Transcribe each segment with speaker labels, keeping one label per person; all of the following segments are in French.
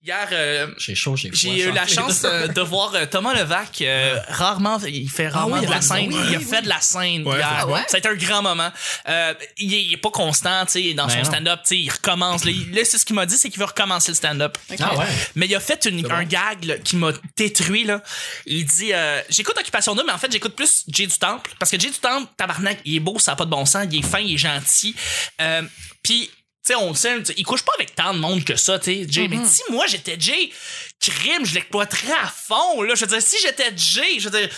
Speaker 1: Hier, euh,
Speaker 2: J'ai chaud, j'ai froid.
Speaker 1: j'ai eu la
Speaker 2: j'en ai
Speaker 1: chance
Speaker 2: deux.
Speaker 1: euh, de voir euh, Thomas Levac. euh, Rarement, il fait rarement
Speaker 2: Ah oui,
Speaker 1: de la
Speaker 2: oui,
Speaker 1: scène.
Speaker 2: oui,
Speaker 1: il a
Speaker 2: oui.
Speaker 1: fait de la scène
Speaker 3: Ouais,
Speaker 1: hier.
Speaker 3: Ah
Speaker 1: c'était
Speaker 4: ouais?
Speaker 1: un grand moment. Euh, il, est, il est pas constant, tu sais, dans
Speaker 2: Ben
Speaker 1: son
Speaker 2: non.
Speaker 1: stand-up, tu sais, il recommence. Là, il- là, c'est ce qu'il m'a dit, c'est qu'il veut recommencer le stand-up.
Speaker 2: Ah ouais.
Speaker 1: Mais il a fait une- un gag là, qui m'a détruit. Là. Il dit euh, J'écoute Occupation 2, mais en fait, j'écoute plus Jay du Temple. Parce que Jay du Temple, tabarnak, il est beau, ça n'a pas de bon sens, il est fin, il est gentil. Euh, Puis. tu sais on le sait, il couche pas avec tant de monde que ça, tu sais, Jay. Mais si moi j'étais Jay, crime, je l'exploiterais à fond, là. Je veux dire, si j'étais Jay, je veux dire,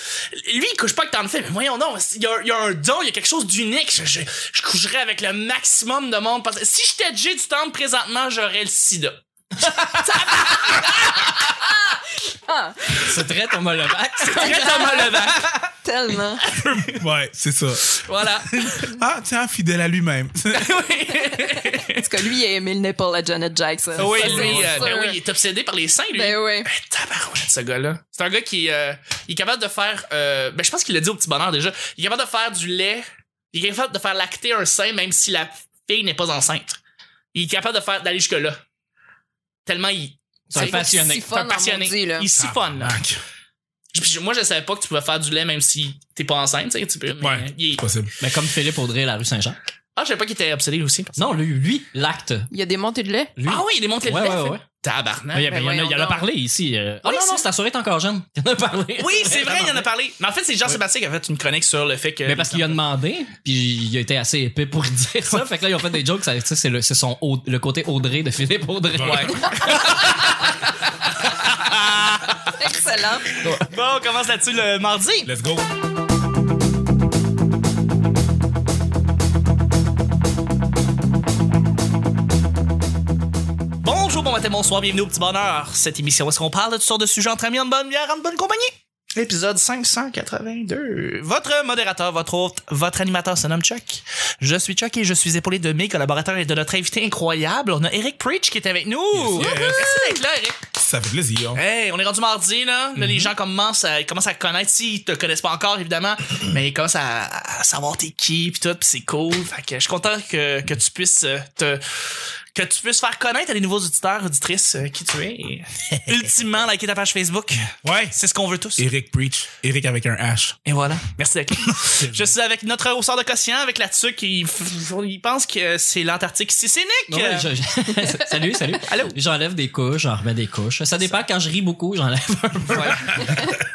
Speaker 1: lui, il couche pas avec tant de filles. Mais voyons donc, il y, a- il y a un don, il y a quelque chose d'unique. Je, je, je coucherais avec le maximum de monde. Parce que si j'étais Jay du Temple présentement, j'aurais le sida.
Speaker 2: C'est très Thomas Levac.
Speaker 1: Très Thomas Levac.
Speaker 4: Tellement.
Speaker 3: Ouais, c'est ça.
Speaker 1: Voilà.
Speaker 3: Ah, tiens, fidèle à lui-même.
Speaker 4: En tout cas, lui, il a aimé le nipple à Janet Jackson.
Speaker 1: oui,
Speaker 4: Ça,
Speaker 1: lui,
Speaker 4: c'est
Speaker 1: euh,
Speaker 4: sûr.
Speaker 1: ben oui, il est obsédé par les seins, lui.
Speaker 4: Ben oui.
Speaker 1: Ben, tabarouette, ce gars-là. C'est un gars qui euh, il est capable de faire. euh, ben, je pense qu'il l'a dit au petit bonheur déjà. Il est capable de faire du lait. Il est capable de faire lacter un sein, même si la fille n'est pas enceinte. Il est capable de faire d'aller jusque-là. Tellement il.
Speaker 2: C'est un passionné.
Speaker 1: C'est
Speaker 4: siphonne
Speaker 1: un
Speaker 4: en
Speaker 1: passionné.
Speaker 4: maudit, là.
Speaker 1: Il siphonne. là. Ah.
Speaker 3: Tabarnak.
Speaker 1: Puis Moi, je savais pas que tu pouvais faire du lait même si t'es pas enceinte, tu sais, tu peux. mais, euh,
Speaker 3: Ouais,
Speaker 1: il est-
Speaker 3: c'est possible.
Speaker 2: Mais comme Philippe Audrey à la rue Saint-Jean.
Speaker 1: Ah, je savais pas qu'il était obsédé aussi. parce-
Speaker 2: Non, lui, lui l'acte.
Speaker 4: Il y a des montées de lait.
Speaker 2: Lui.
Speaker 1: Ah oui, il démonte le
Speaker 2: Ouais,
Speaker 1: lait.
Speaker 2: ouais, ouais.
Speaker 1: Tabarnak.
Speaker 2: Il y, avait- il
Speaker 4: Ben
Speaker 2: y en a- il y en
Speaker 4: voyons
Speaker 2: a
Speaker 4: donc.
Speaker 2: parlé ici. euh. Ah
Speaker 1: Oui,
Speaker 2: non, non,
Speaker 1: c'est-
Speaker 2: c'est assuré, t'es encore jeune. Il y en a parlé.
Speaker 1: Oui, c'est vrai, il y en a parlé. Mais en fait, c'est Jean-Sébastien qui a fait une chronique sur le fait que.
Speaker 2: Mais parce qu'il a demandé, puis il a été assez épais pour dire ça. Fait que là, ils ont fait des jokes. ça, tu sais, C'est le, c'est son, au- le côté Audrey de Philippe Audrey.
Speaker 1: Ouais. Ah.
Speaker 4: Excellent.
Speaker 1: bon, on commence là-dessus le mardi.
Speaker 3: Let's go.
Speaker 1: Bonjour, bon matin, bonsoir, bienvenue au petit bonheur. Cette émission où est-ce qu'on parle de toutes sortes de sujets entre amis, en bonne bière, en bonne compagnie. Épisode 582. Votre modérateur, votre hôte, votre animateur se nomme Chuck. Je suis Chuck et je suis épaulé de mes collaborateurs et de notre invité incroyable. On a Eric Preach qui est avec nous.
Speaker 3: Yes, yes.
Speaker 1: Merci d'être là, Eric.
Speaker 3: Ça fait plaisir.
Speaker 1: Hey, on est rendu mardi, là. Là, les gens commencent à, ils commencent à connaître. S'ils te connaissent pas encore, évidemment, mais ils commencent à, à savoir t'es qui, pis tout, pis c'est cool. Fait que je suis content que, que tu puisses euh, te, que tu puisses faire connaître à des nouveaux auditeurs, auditrices, euh, qui tu es. Et ultimement, liker ta page Facebook.
Speaker 3: Ouais.
Speaker 1: C'est ce qu'on veut tous.
Speaker 3: Eric Preach. Eric avec un H.
Speaker 1: Et voilà. Merci d'être là. je suis avec notre hausseur de quotient, avec la dessus qui, il pense que c'est l'Antarctique. C'est cynique.
Speaker 2: Ouais, je- je- salut, salut.
Speaker 1: Allô?
Speaker 2: J'enlève des couches, j'en remets des couches. Ça dépend quand je ris beaucoup, j'enlève un peu.
Speaker 1: Ouais.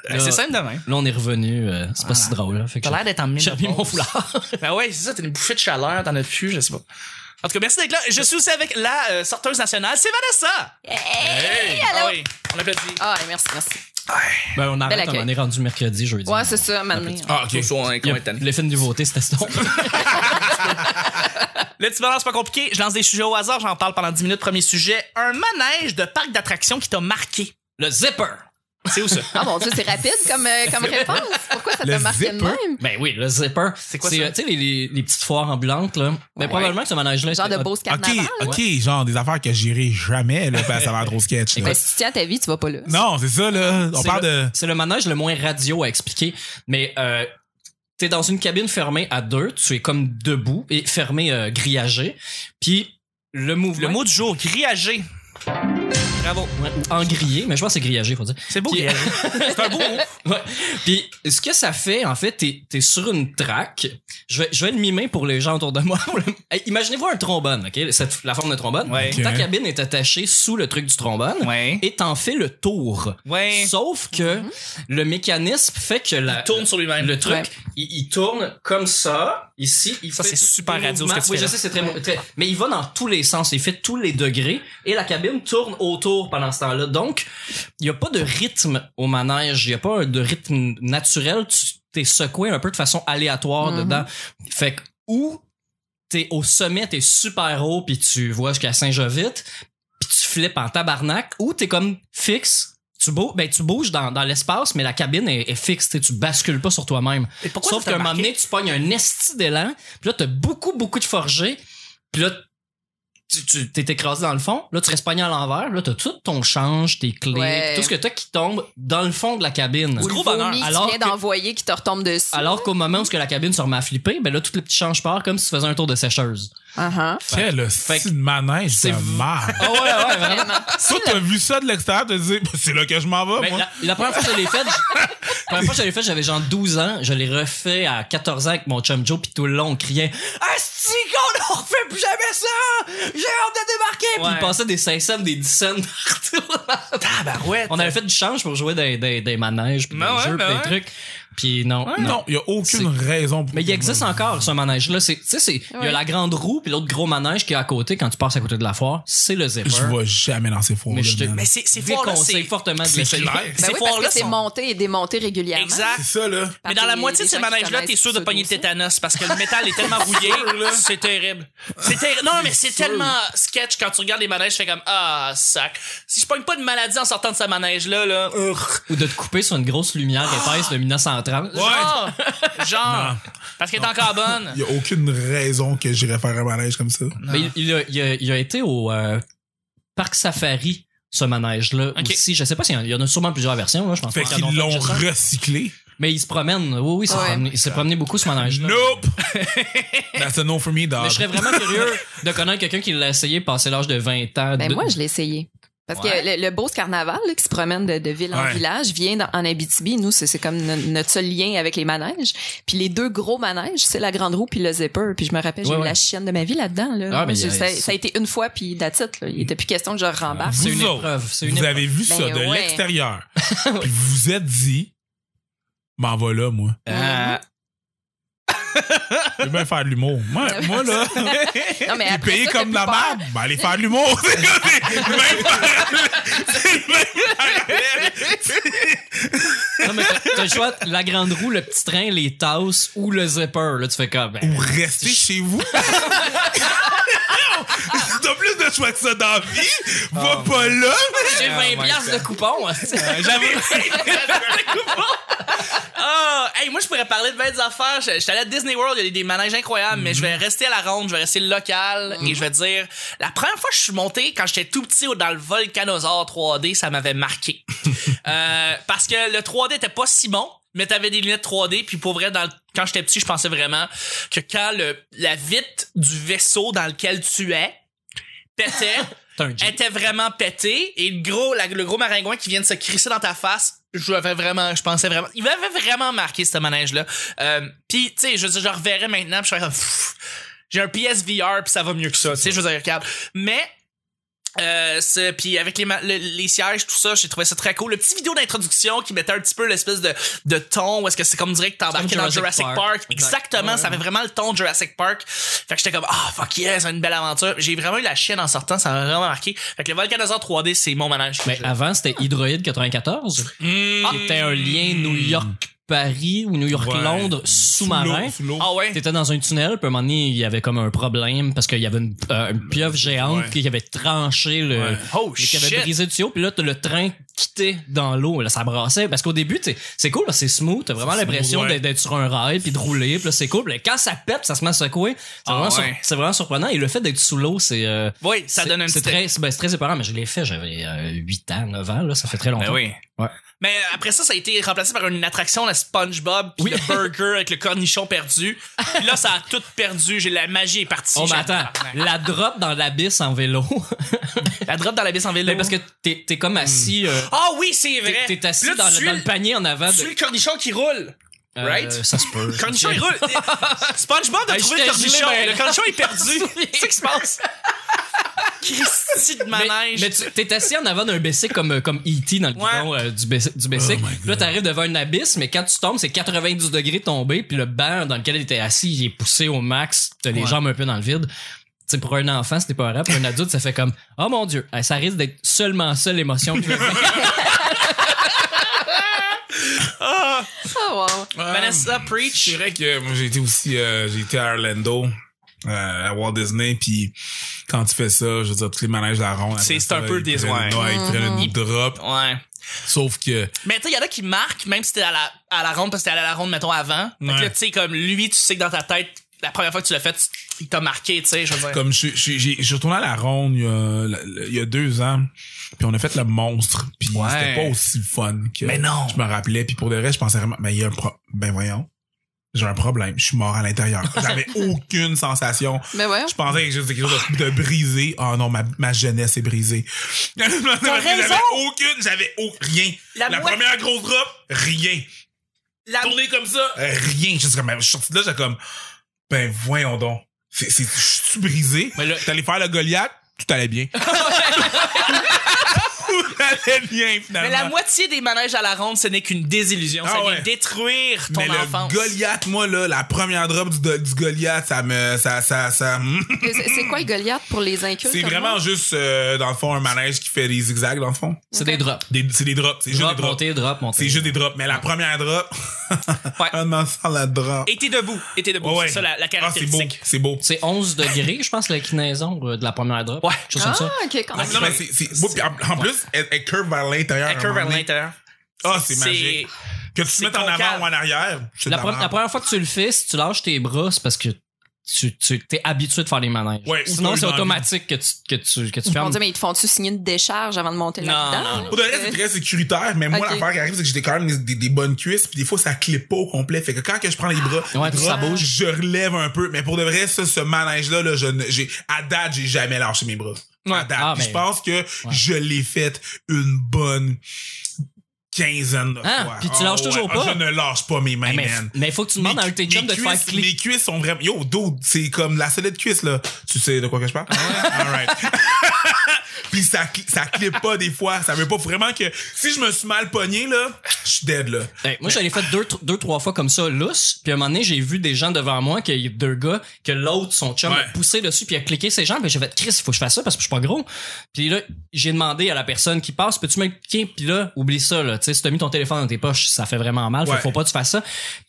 Speaker 1: Ben, c'est simple demain.
Speaker 2: Là, on est revenu. euh, c'est pas si drôle. Là. Fait que
Speaker 1: T'as l'air d'être en mille
Speaker 2: j'ai remis
Speaker 1: de
Speaker 2: mon
Speaker 1: pause.
Speaker 2: foulard.
Speaker 1: Ben ouais, c'est ça, t'as une bouffée de chaleur, t'en as plus, je sais pas. En tout cas, merci d'être là. Je suis aussi avec la euh, sorteuse nationale, c'est Vanessa!
Speaker 4: Hey,
Speaker 1: Ah
Speaker 4: allô.
Speaker 1: oui, on l'applaudit.
Speaker 4: Ah, merci, merci.
Speaker 2: Ben, on arrête,
Speaker 4: accueil.
Speaker 2: on est rendu mercredi, jeudi.
Speaker 4: Ouais, c'est ça, maintenant.
Speaker 3: Ah, ok.
Speaker 1: Toujours, hein,
Speaker 2: Il y
Speaker 1: qu'on
Speaker 2: a-
Speaker 1: est tanné.
Speaker 2: L'effet de nouveauté, c'était ça.
Speaker 1: Le petit bonheur, c'est pas compliqué. Je lance des sujets au hasard, j'en parle pendant 10 minutes. Premier sujet, un manège de parc d'attractions qui t'a marqué.
Speaker 2: Le zipper.
Speaker 1: C'est où ça?
Speaker 4: Ah mon dieu, c'est rapide comme, euh, comme réponse. Pourquoi ça
Speaker 3: Le
Speaker 4: t'a marqué de
Speaker 3: zipper?
Speaker 4: même?
Speaker 2: Ben oui, le zipper.
Speaker 1: C'est quoi ça?
Speaker 2: euh, Tu sais, les, les- les petites foires ambulantes, là. Ben probablement que ce manège-là.
Speaker 4: Genre
Speaker 2: était-
Speaker 4: de beau
Speaker 3: Ok,
Speaker 4: carnaval.
Speaker 3: ok, genre des affaires que j'irai jamais, là, parce que ça va être trop sketch. là.
Speaker 4: Mais Ben, si tu tiens à ta vie, tu vas pas là.
Speaker 3: Non, c'est ça, là. On
Speaker 2: C'est
Speaker 3: parle
Speaker 2: le-
Speaker 3: de.
Speaker 2: C'est le manège le moins radio à expliquer, mais euh, t'es dans une cabine fermée à deux, tu es comme debout et fermé euh, grillagé, puis le mouvement
Speaker 1: Le mot du jour, grillager. Bravo.
Speaker 2: Ouais, ou en grillé, mais je pense que c'est grillagé, faut dire.
Speaker 1: C'est beau,
Speaker 2: Qui-
Speaker 1: grillager. c'est un beau mot.
Speaker 2: Ouais. Puis ce que ça fait, en fait, t'es es sur une traque. Je vais, je vais le mimer pour les gens autour de moi. Hey, Imaginez-vous un trombone, ok, cette- la forme de trombone.
Speaker 1: Ouais.
Speaker 2: Ta
Speaker 3: Ok.
Speaker 2: cabine est attachée sous le truc du trombone.
Speaker 1: Ouais.
Speaker 2: Et t'en fais le tour.
Speaker 1: Ouais.
Speaker 2: Sauf que le mécanisme fait que la,
Speaker 1: Tourne sur lui-même.
Speaker 2: Le truc,
Speaker 4: Ouais.
Speaker 2: il, il tourne comme ça, ici. Il
Speaker 1: Ça,
Speaker 2: fait
Speaker 1: c'est
Speaker 2: tous les
Speaker 1: super radio, ce
Speaker 2: mouvements.
Speaker 1: que tu fais
Speaker 2: Oui, je
Speaker 1: là.
Speaker 2: sais, c'est très, très- Mais il va dans tous les sens. Il fait tous les degrés et la cabine tourne autour pendant ce temps-là. Donc, il n'y a pas de rythme au manège. Il n'y a pas de rythme naturel. Tu t'es secoué un peu de façon aléatoire
Speaker 4: Mhm.
Speaker 2: dedans. Fait que, ou t'es au sommet, t'es super haut, puis tu vois jusqu'à Saint-Jovite, puis tu flippes en tabarnak, ou t'es comme fixe, tu, bou- ben, tu bouges dans, dans l'espace, mais la cabine est, est fixe, t'sais, tu bascules pas sur toi-même.
Speaker 1: Et pourquoi
Speaker 2: Sauf
Speaker 1: ça
Speaker 2: qu'à
Speaker 1: t'a
Speaker 2: un moment
Speaker 1: marqué?
Speaker 2: donné, tu pognes un esti d'élan, puis là, t'as beaucoup, beaucoup de forgé, puis là, tu, tu- t'es écrasé dans le fond, là tu restes pogné à l'envers, là t'as tout ton change, tes clés,
Speaker 4: Ouais.
Speaker 2: tout ce que t'as qui tombe dans le fond de la cabine.
Speaker 1: Ou
Speaker 4: Ou
Speaker 1: gros
Speaker 4: le
Speaker 1: bonheur.
Speaker 4: vomi que
Speaker 2: Alors
Speaker 4: tu viens
Speaker 2: que-
Speaker 4: d'envoyer qui te retombe dessus.
Speaker 2: Alors qu'au moment où ce que la cabine se remet à flipper, ben là tout le petit change part comme si tu faisais un tour de sécheuse.
Speaker 4: Uh-huh.
Speaker 3: Quel hostie de manège
Speaker 2: c'est
Speaker 3: de
Speaker 2: v-
Speaker 3: merde.
Speaker 2: Ah ouais, ouais, vraiment.
Speaker 4: Vraiment. Ben
Speaker 3: Toi, t'as vu ça de l'extérieur, t'as dit, c'est là que je m'en vais,
Speaker 2: Ben,
Speaker 3: moi.
Speaker 2: la, la première fois que je l'ai faite, je- la première fois que je l'ai faite, j'avais genre 12 ans. Je l'ai refait à 14 ans avec mon chum Joe, puis tout le long, on criait Asti, qu'on ne refait plus jamais ça J'ai hâte de débarquer Puis
Speaker 1: Ouais.
Speaker 2: il passait des 5 cents, des 10 cents partout.
Speaker 1: Tabarouette.
Speaker 2: on avait fait du change pour jouer des, des, des manèges, puis des
Speaker 1: Ben ouais,
Speaker 2: jeux, puis
Speaker 1: ben
Speaker 2: des
Speaker 1: ouais.
Speaker 2: trucs. Puis non, non.
Speaker 3: Non, il y a aucune raison pour
Speaker 2: Mais il existe encore ce manège-là. C'est- Tu sais, c'est- il y a
Speaker 4: Ouais.
Speaker 2: la grande roue, puis l'autre gros manège qui est à côté quand tu passes à côté de la foire. C'est le zipper.
Speaker 3: Je vais jamais dans ces foires.
Speaker 2: Mais je te-
Speaker 1: Mais Ben, c'est c'est fort, là,
Speaker 2: Déconseille
Speaker 1: c'est
Speaker 2: fortement de
Speaker 3: C'est
Speaker 2: l'essayer.
Speaker 3: clair.
Speaker 4: Ben
Speaker 1: Ces
Speaker 4: oui, parce
Speaker 1: foires-là
Speaker 4: que c'est
Speaker 1: sont-
Speaker 4: monté et démonté régulièrement.
Speaker 1: Exact.
Speaker 3: C'est ça, là.
Speaker 4: Par
Speaker 1: Mais dans la
Speaker 4: des-
Speaker 1: moitié de
Speaker 4: des
Speaker 1: ces
Speaker 4: gens qui
Speaker 1: manèges-là, t'es
Speaker 4: connaissent
Speaker 1: sûr de
Speaker 4: ce
Speaker 1: pogner le
Speaker 4: dossier.
Speaker 1: tétanos parce que le métal est tellement rouillé, c'est terrible. C'est terri- Non, mais c'est tellement sketch quand tu regardes les manèges, tu fais comme ah sac. Si je pogne pas de maladie en sortant de ce manège là là. urgh.
Speaker 2: Ou de te couper sur une grosse lumière épaisse de 1930.
Speaker 1: Genre, genre
Speaker 3: Non.
Speaker 1: parce qu'elle est encore bonne.
Speaker 3: Il y a aucune raison que j'irais faire un manège comme ça.
Speaker 2: Mais il, il a, il a- il a été au euh, Parc Safari, ce manège-là.
Speaker 1: Ok.
Speaker 2: Aussi. Je sais pas s'il y en- il y en a sûrement plusieurs versions, là, je pense.
Speaker 3: Fait
Speaker 2: pas
Speaker 3: qu'ils
Speaker 2: qu'il y en a
Speaker 3: l'ont
Speaker 2: juste un.
Speaker 3: recyclé.
Speaker 2: Mais il se promène. Oui, oui, il s'est
Speaker 4: Ouais.
Speaker 2: promené, il s'est promené beaucoup, ce manège-là.
Speaker 3: Nope! That's a no for me, dog.
Speaker 2: Mais je serais vraiment curieux de connaître quelqu'un qui l'a essayé passer l'âge de 20 ans.
Speaker 4: Ben
Speaker 2: de-
Speaker 4: moi, je l'ai essayé. Parce
Speaker 2: Ouais.
Speaker 4: que le, le Beauce Carnaval là, qui se promène de, de ville en
Speaker 3: Ouais.
Speaker 4: village vient dans- en Abitibi. Nous, c'est c'est comme no- notre seul lien avec les manèges. Puis les deux gros manèges, c'est la Grande Roue puis le Zipper. Puis je me rappelle, j'ai
Speaker 2: Ouais,
Speaker 4: eu
Speaker 2: ouais.
Speaker 4: la chienne de ma vie là-dedans. Là.
Speaker 2: Ah, mais
Speaker 4: J'ai-
Speaker 2: il y a-
Speaker 4: ça, ça a été une fois, puis that's it, là. Il était plus question que je rembarque.
Speaker 2: C'est une
Speaker 3: Vous autres,
Speaker 2: épreuve. C'est une
Speaker 3: Vous
Speaker 2: épreuve.
Speaker 3: avez vu ça
Speaker 4: Ben
Speaker 3: de
Speaker 4: ouais.
Speaker 3: l'extérieur. Puis vous vous êtes dit, m'en va là, moi.
Speaker 2: Euh,
Speaker 3: Je veux bien faire de l'humour. Moi, moi, là,
Speaker 4: Non, mais
Speaker 3: les
Speaker 4: après
Speaker 3: pays
Speaker 4: ça,
Speaker 3: comme
Speaker 4: t'as
Speaker 3: la
Speaker 4: plus peur.
Speaker 3: merde, ben, allez faire de l'humour. C'est comme les mêmes parallèles. C'est le même parallèle.
Speaker 2: non, mais t'as- t'as le choix, la grande roue, le petit train, les tasses ou le zipper. Là, tu fais comme. ben,
Speaker 3: Ou rester chez vous. Non, T'as plus de choix que ça dans la vie. Va pas là.
Speaker 2: J'ai
Speaker 1: Oh
Speaker 2: 20
Speaker 1: my
Speaker 2: piastres de coupons.
Speaker 1: J'avoue. Ah, hey, moi je pourrais parler de belles affaires. Je- J'étais allé à Disney World, il y a des manèges incroyables, mais je vais rester à la ronde, je vais rester local et je vais dire la première fois que je suis monté quand j'étais tout petit dans le volcanosaure 3D, ça m'avait marqué. Euh, parce que le 3D était pas si bon, mais t'avais des lunettes 3D puis pour vrai dans le- quand j'étais petit, je pensais vraiment que quand le la vitre du vaisseau dans lequel tu es pétait
Speaker 2: T'as un Jeep.
Speaker 1: était vraiment pété et le gros la- le gros maringouin qui vient de se crisser dans ta face je l'avais vraiment je pensais vraiment il m'avait vraiment marqué ce manège là puis tu sais je, je le reverrais maintenant puis je serais comme Pff, j'ai un PSVR puis ça va mieux que ça tu sais je veux dire regarde mais euh, c'est- puis avec les, ma- le- les sièges tout ça j'ai trouvé ça très cool le petit vidéo d'introduction qui mettait un petit peu l'espèce de, de ton où est-ce que c'est comme direct que t'embarquais
Speaker 2: C'est comme
Speaker 1: dans Jurassic
Speaker 2: Jurassic
Speaker 1: Park,
Speaker 2: Park.
Speaker 1: exactement
Speaker 2: Ouais.
Speaker 1: ça avait vraiment le ton de Jurassic Park fait que j'étais comme ah fuck yeah c'est une belle aventure j'ai vraiment eu la chienne en sortant ça m'a vraiment marqué fait que le Volcanosaur 3D c'est mon manège
Speaker 2: Mais avant, c'était Hydroïde 94.
Speaker 1: Mmh.
Speaker 2: qui était un lien New York-Paris ou New York-Londres sous-marin.
Speaker 3: Sous l'eau.
Speaker 1: ah ouais
Speaker 2: T'étais dans un tunnel, puis à un moment donné, il y avait comme un problème parce qu'il y avait une, euh, une pieuvre géante
Speaker 3: Ouais.
Speaker 2: qui avait tranché le.
Speaker 3: Ouais.
Speaker 1: oh
Speaker 2: et Qui avait
Speaker 1: shit
Speaker 2: brisé le tuyau, puis là, t'as le train quitté dans l'eau, là, ça brassait. Parce qu'au début, t'sais, c'est cool, là, c'est smooth, t'as vraiment
Speaker 3: C'est
Speaker 2: l'impression
Speaker 3: smooth, ouais.
Speaker 2: d'être- d'être sur un rail, puis de rouler, puis là, c'est cool. Puis là, quand ça pète, ça se met à secouer, c'est
Speaker 1: Ah
Speaker 2: vraiment, sur-
Speaker 1: ouais.
Speaker 2: c'est vraiment surprenant. Et le fait d'être sous l'eau, c'est. euh,
Speaker 1: oui ça
Speaker 2: c'est-
Speaker 1: donne un
Speaker 2: C'est
Speaker 1: petit
Speaker 2: très, c'est- ben, c'est très séparant, mais je l'ai fait, j'avais 8 ans, 9 ans, là, ça fait très longtemps.
Speaker 1: Ben oui.
Speaker 2: Ouais.
Speaker 1: Mais après ça, ça a été remplacé par une attraction, la SpongeBob, puis
Speaker 2: Oui.
Speaker 1: le burger avec le cornichon perdu. Puis là, ça a tout perdu. J'ai la magie est partie.
Speaker 2: Oh,
Speaker 1: J'ai-
Speaker 2: mais attends, la drop dans l'abysse en vélo.
Speaker 1: La drop dans la baisse en ville.
Speaker 2: Ben, parce que t'es t'es comme assis. euh,
Speaker 1: Ah oui, c'est
Speaker 2: t'es-
Speaker 1: vrai.
Speaker 2: T'es assis
Speaker 1: Puis là,
Speaker 2: dans,
Speaker 1: tu
Speaker 2: le,
Speaker 1: es
Speaker 2: dans le panier en avant
Speaker 1: Tu es
Speaker 2: de.
Speaker 1: le cornichon qui roule.
Speaker 2: euh,
Speaker 1: right?
Speaker 2: ça se peut.
Speaker 1: Le cornichon, il roule. SpongeBob a
Speaker 2: Hey,
Speaker 1: trouvé le
Speaker 2: j'étais gelé,
Speaker 1: cornichon.
Speaker 2: ben-
Speaker 1: Le cornichon est perdu. C'est ce qui se passe. Christy de
Speaker 2: Mais,
Speaker 1: manège.
Speaker 2: mais tu- t'es assis en avant d'un Bessic comme euh, comme E.T. dans le
Speaker 1: Ouais.
Speaker 2: bidon euh, du Bessic. Du Bessic.
Speaker 3: Oh my God.
Speaker 2: là, t'arrives devant un abysse, mais quand tu tombes, c'est 92 degrés tombé, puis le banc dans lequel il était assis, il est poussé au max, t'as les
Speaker 1: Ouais.
Speaker 2: jambes un peu dans le vide. Tu sais, pour un enfant, c'était pas rare. Pour un adulte, ça fait comme « Oh mon Dieu! Hey, Ça risque d'être seulement ça l'émotion que je vais vivre.
Speaker 1: Ah,
Speaker 4: Oh, wow.
Speaker 1: Vanessa, preach.
Speaker 3: Euh, C'est vrai que moi j'ai été aussi euh, j'ai été à Orlando euh, à Walt Disney puis quand tu fais ça je veux dire tous les manèges de la ronde
Speaker 1: C'est-
Speaker 3: après
Speaker 1: c'est
Speaker 3: ça,
Speaker 1: un peu
Speaker 3: ils prennent-
Speaker 1: désolant.
Speaker 3: ouais, ils prennent une drop
Speaker 1: Ouais.
Speaker 3: sauf que
Speaker 1: Mais tu il y en a qui marquent, même si t'es à la, à la ronde, parce que t'es allé à la ronde, mettons, avant. Fait que
Speaker 3: Ouais.
Speaker 1: là, tu sais, comme lui, tu sais que dans ta tête, la première fois que tu l'as fait, il t'a marqué, tu sais, je veux dire.
Speaker 3: Comme je, je, j'ai- je suis retourné à la ronde il y, a, la- il y a deux ans, puis on a fait le monstre, puis
Speaker 1: Ouais.
Speaker 3: c'était pas aussi fun que
Speaker 1: Mais non.
Speaker 3: je me rappelais. Puis pour le reste, je pensais vraiment, mais il y a un pro- ben voyons, j'ai un problème, je suis mort à l'intérieur. J'avais aucune sensation.
Speaker 4: Mais ouais.
Speaker 3: Je pensais que c'était quelque chose de, de brisé. Oh non, ma, ma jeunesse est brisée.
Speaker 1: raison.
Speaker 3: J'avais aucune, j'avais au- rien.
Speaker 1: La
Speaker 3: La,
Speaker 1: moi-
Speaker 3: première grosse drop, rien.
Speaker 1: La-
Speaker 3: Tourner comme ça, rien. Je suis comme, je suis sorti de là, j'ai comme, ben voyons donc. C'est, c'est, je suis brisé.
Speaker 1: Mais là-
Speaker 3: T'allais faire le Goliath, tout allait bien. tout allait bien,
Speaker 1: mais
Speaker 3: finalement.
Speaker 1: la moitié des manèges à la ronde, ce n'est qu'une désillusion.
Speaker 3: Ah
Speaker 1: ça vient
Speaker 3: ouais.
Speaker 1: détruire ton
Speaker 3: Mais
Speaker 1: enfance.
Speaker 3: le Goliath, moi, là, la première drop du, du Goliath, ça me, ça, ça, ça, hmm.
Speaker 4: Mais C'est c'est quoi le Goliath pour les incultes?
Speaker 3: c'est
Speaker 4: comme
Speaker 3: vraiment
Speaker 4: moi?
Speaker 3: juste, euh, dans le fond, un manège qui fait des zigzags, dans le fond.
Speaker 2: C'est des drops.
Speaker 3: Des- c'est des drops, c'est juste des
Speaker 2: Drop,
Speaker 3: drops.
Speaker 2: monter, drop, monter.
Speaker 3: C'est juste des drops, mais la première drop,
Speaker 1: Ouais.
Speaker 3: on en sent la drop.
Speaker 1: Et t'es debout. Et t'es debout.
Speaker 3: Ouais, ouais.
Speaker 1: C'est ça la, la
Speaker 3: Ah, c'est beau,
Speaker 1: caractéristique.
Speaker 3: c'est beau.
Speaker 2: C'est 11 degrés, je pense, la clinaison euh, de la première drop.
Speaker 1: Ouais.
Speaker 2: Chose
Speaker 4: Ah,
Speaker 2: comme ça.
Speaker 4: ok, quand même.
Speaker 3: Non, mais c'est, c'est, moi, puis en, en plus, elle, elle curve vers l'intérieur.
Speaker 1: Elle
Speaker 3: à un
Speaker 1: curve vers
Speaker 3: moment donné.
Speaker 1: l'intérieur.
Speaker 3: Ah, c'est magique. Que tu te mettes en
Speaker 1: concave.
Speaker 3: avant ou en arrière, c'est
Speaker 2: La,
Speaker 3: de
Speaker 2: pre-
Speaker 3: merde.
Speaker 2: la première fois que tu le fais, si tu lâches tes bras, c'est parce que tu, tu t'es habitué de faire les manèges.
Speaker 3: Ouais, ou
Speaker 2: Sinon,
Speaker 3: t'as eu
Speaker 2: c'est
Speaker 3: l'envie.
Speaker 2: automatique que tu, que tu, que tu
Speaker 4: Mon
Speaker 2: fermes.
Speaker 4: Dieu, mais ils te font-tu signer une décharge avant de monter
Speaker 1: Non,
Speaker 4: là-dedans?
Speaker 1: non, non.
Speaker 3: Pour de vrai, c'est très sécuritaire, mais moi,
Speaker 4: Ok.
Speaker 3: l'affaire qui arrive, c'est que j'ai des- quand même des, des- des bonnes cuisses, puis des fois, ça clip pas au complet. Fait que quand que je prends les bras,
Speaker 2: Ouais,
Speaker 3: les
Speaker 2: tout
Speaker 3: bras,
Speaker 2: ça bouge.
Speaker 3: je relève un peu. Mais pour de vrai, ça, ce manège-là, là, je ne- j'ai, à date, j'ai jamais lâché mes bras.
Speaker 1: Ouais.
Speaker 3: À date.
Speaker 2: Ah,
Speaker 3: Puis
Speaker 2: mais-
Speaker 3: Je pense que je l'ai fait une bonne quinzaine de
Speaker 2: Ah,
Speaker 3: fois.
Speaker 2: puis tu
Speaker 3: Ah,
Speaker 2: lâches toujours pas? Ah,
Speaker 3: Je ne lâche pas mes mains,
Speaker 2: mais,
Speaker 3: man.
Speaker 2: mais faut que tu demandes à un de tes chums de te faire
Speaker 3: cuisses,
Speaker 2: cliquer.
Speaker 3: mes cuisses sont vraiment. Yo, dude, c'est comme la solide cuisse, là. Tu sais de quoi que je
Speaker 2: Ah
Speaker 3: parle? Alright. Puis ça, cli- ça clip pas des fois. Ça veut pas vraiment que. Si je me suis mal pogné, là, je suis dead, là.
Speaker 2: Hey, Ben, moi, j'avais fait deux, tr- deux, trois fois comme ça, lousse. Puis à un moment donné, j'ai vu des gens devant moi, qu'il y a deux gars, que l'autre, son chum,
Speaker 3: Ouais.
Speaker 2: a poussé dessus, puis a cliqué ses jambes. Puis j'ai fait, Chris, faut que je fasse ça parce que je suis pas gros. Puis là, j'ai demandé à la personne qui passe, peux-tu m'expliquer? Puis là, oublie ça, là. Tu sais, si t'as mis ton téléphone dans tes poches, ça fait vraiment mal. Fait
Speaker 3: Ouais.
Speaker 2: que faut pas que tu fasses ça.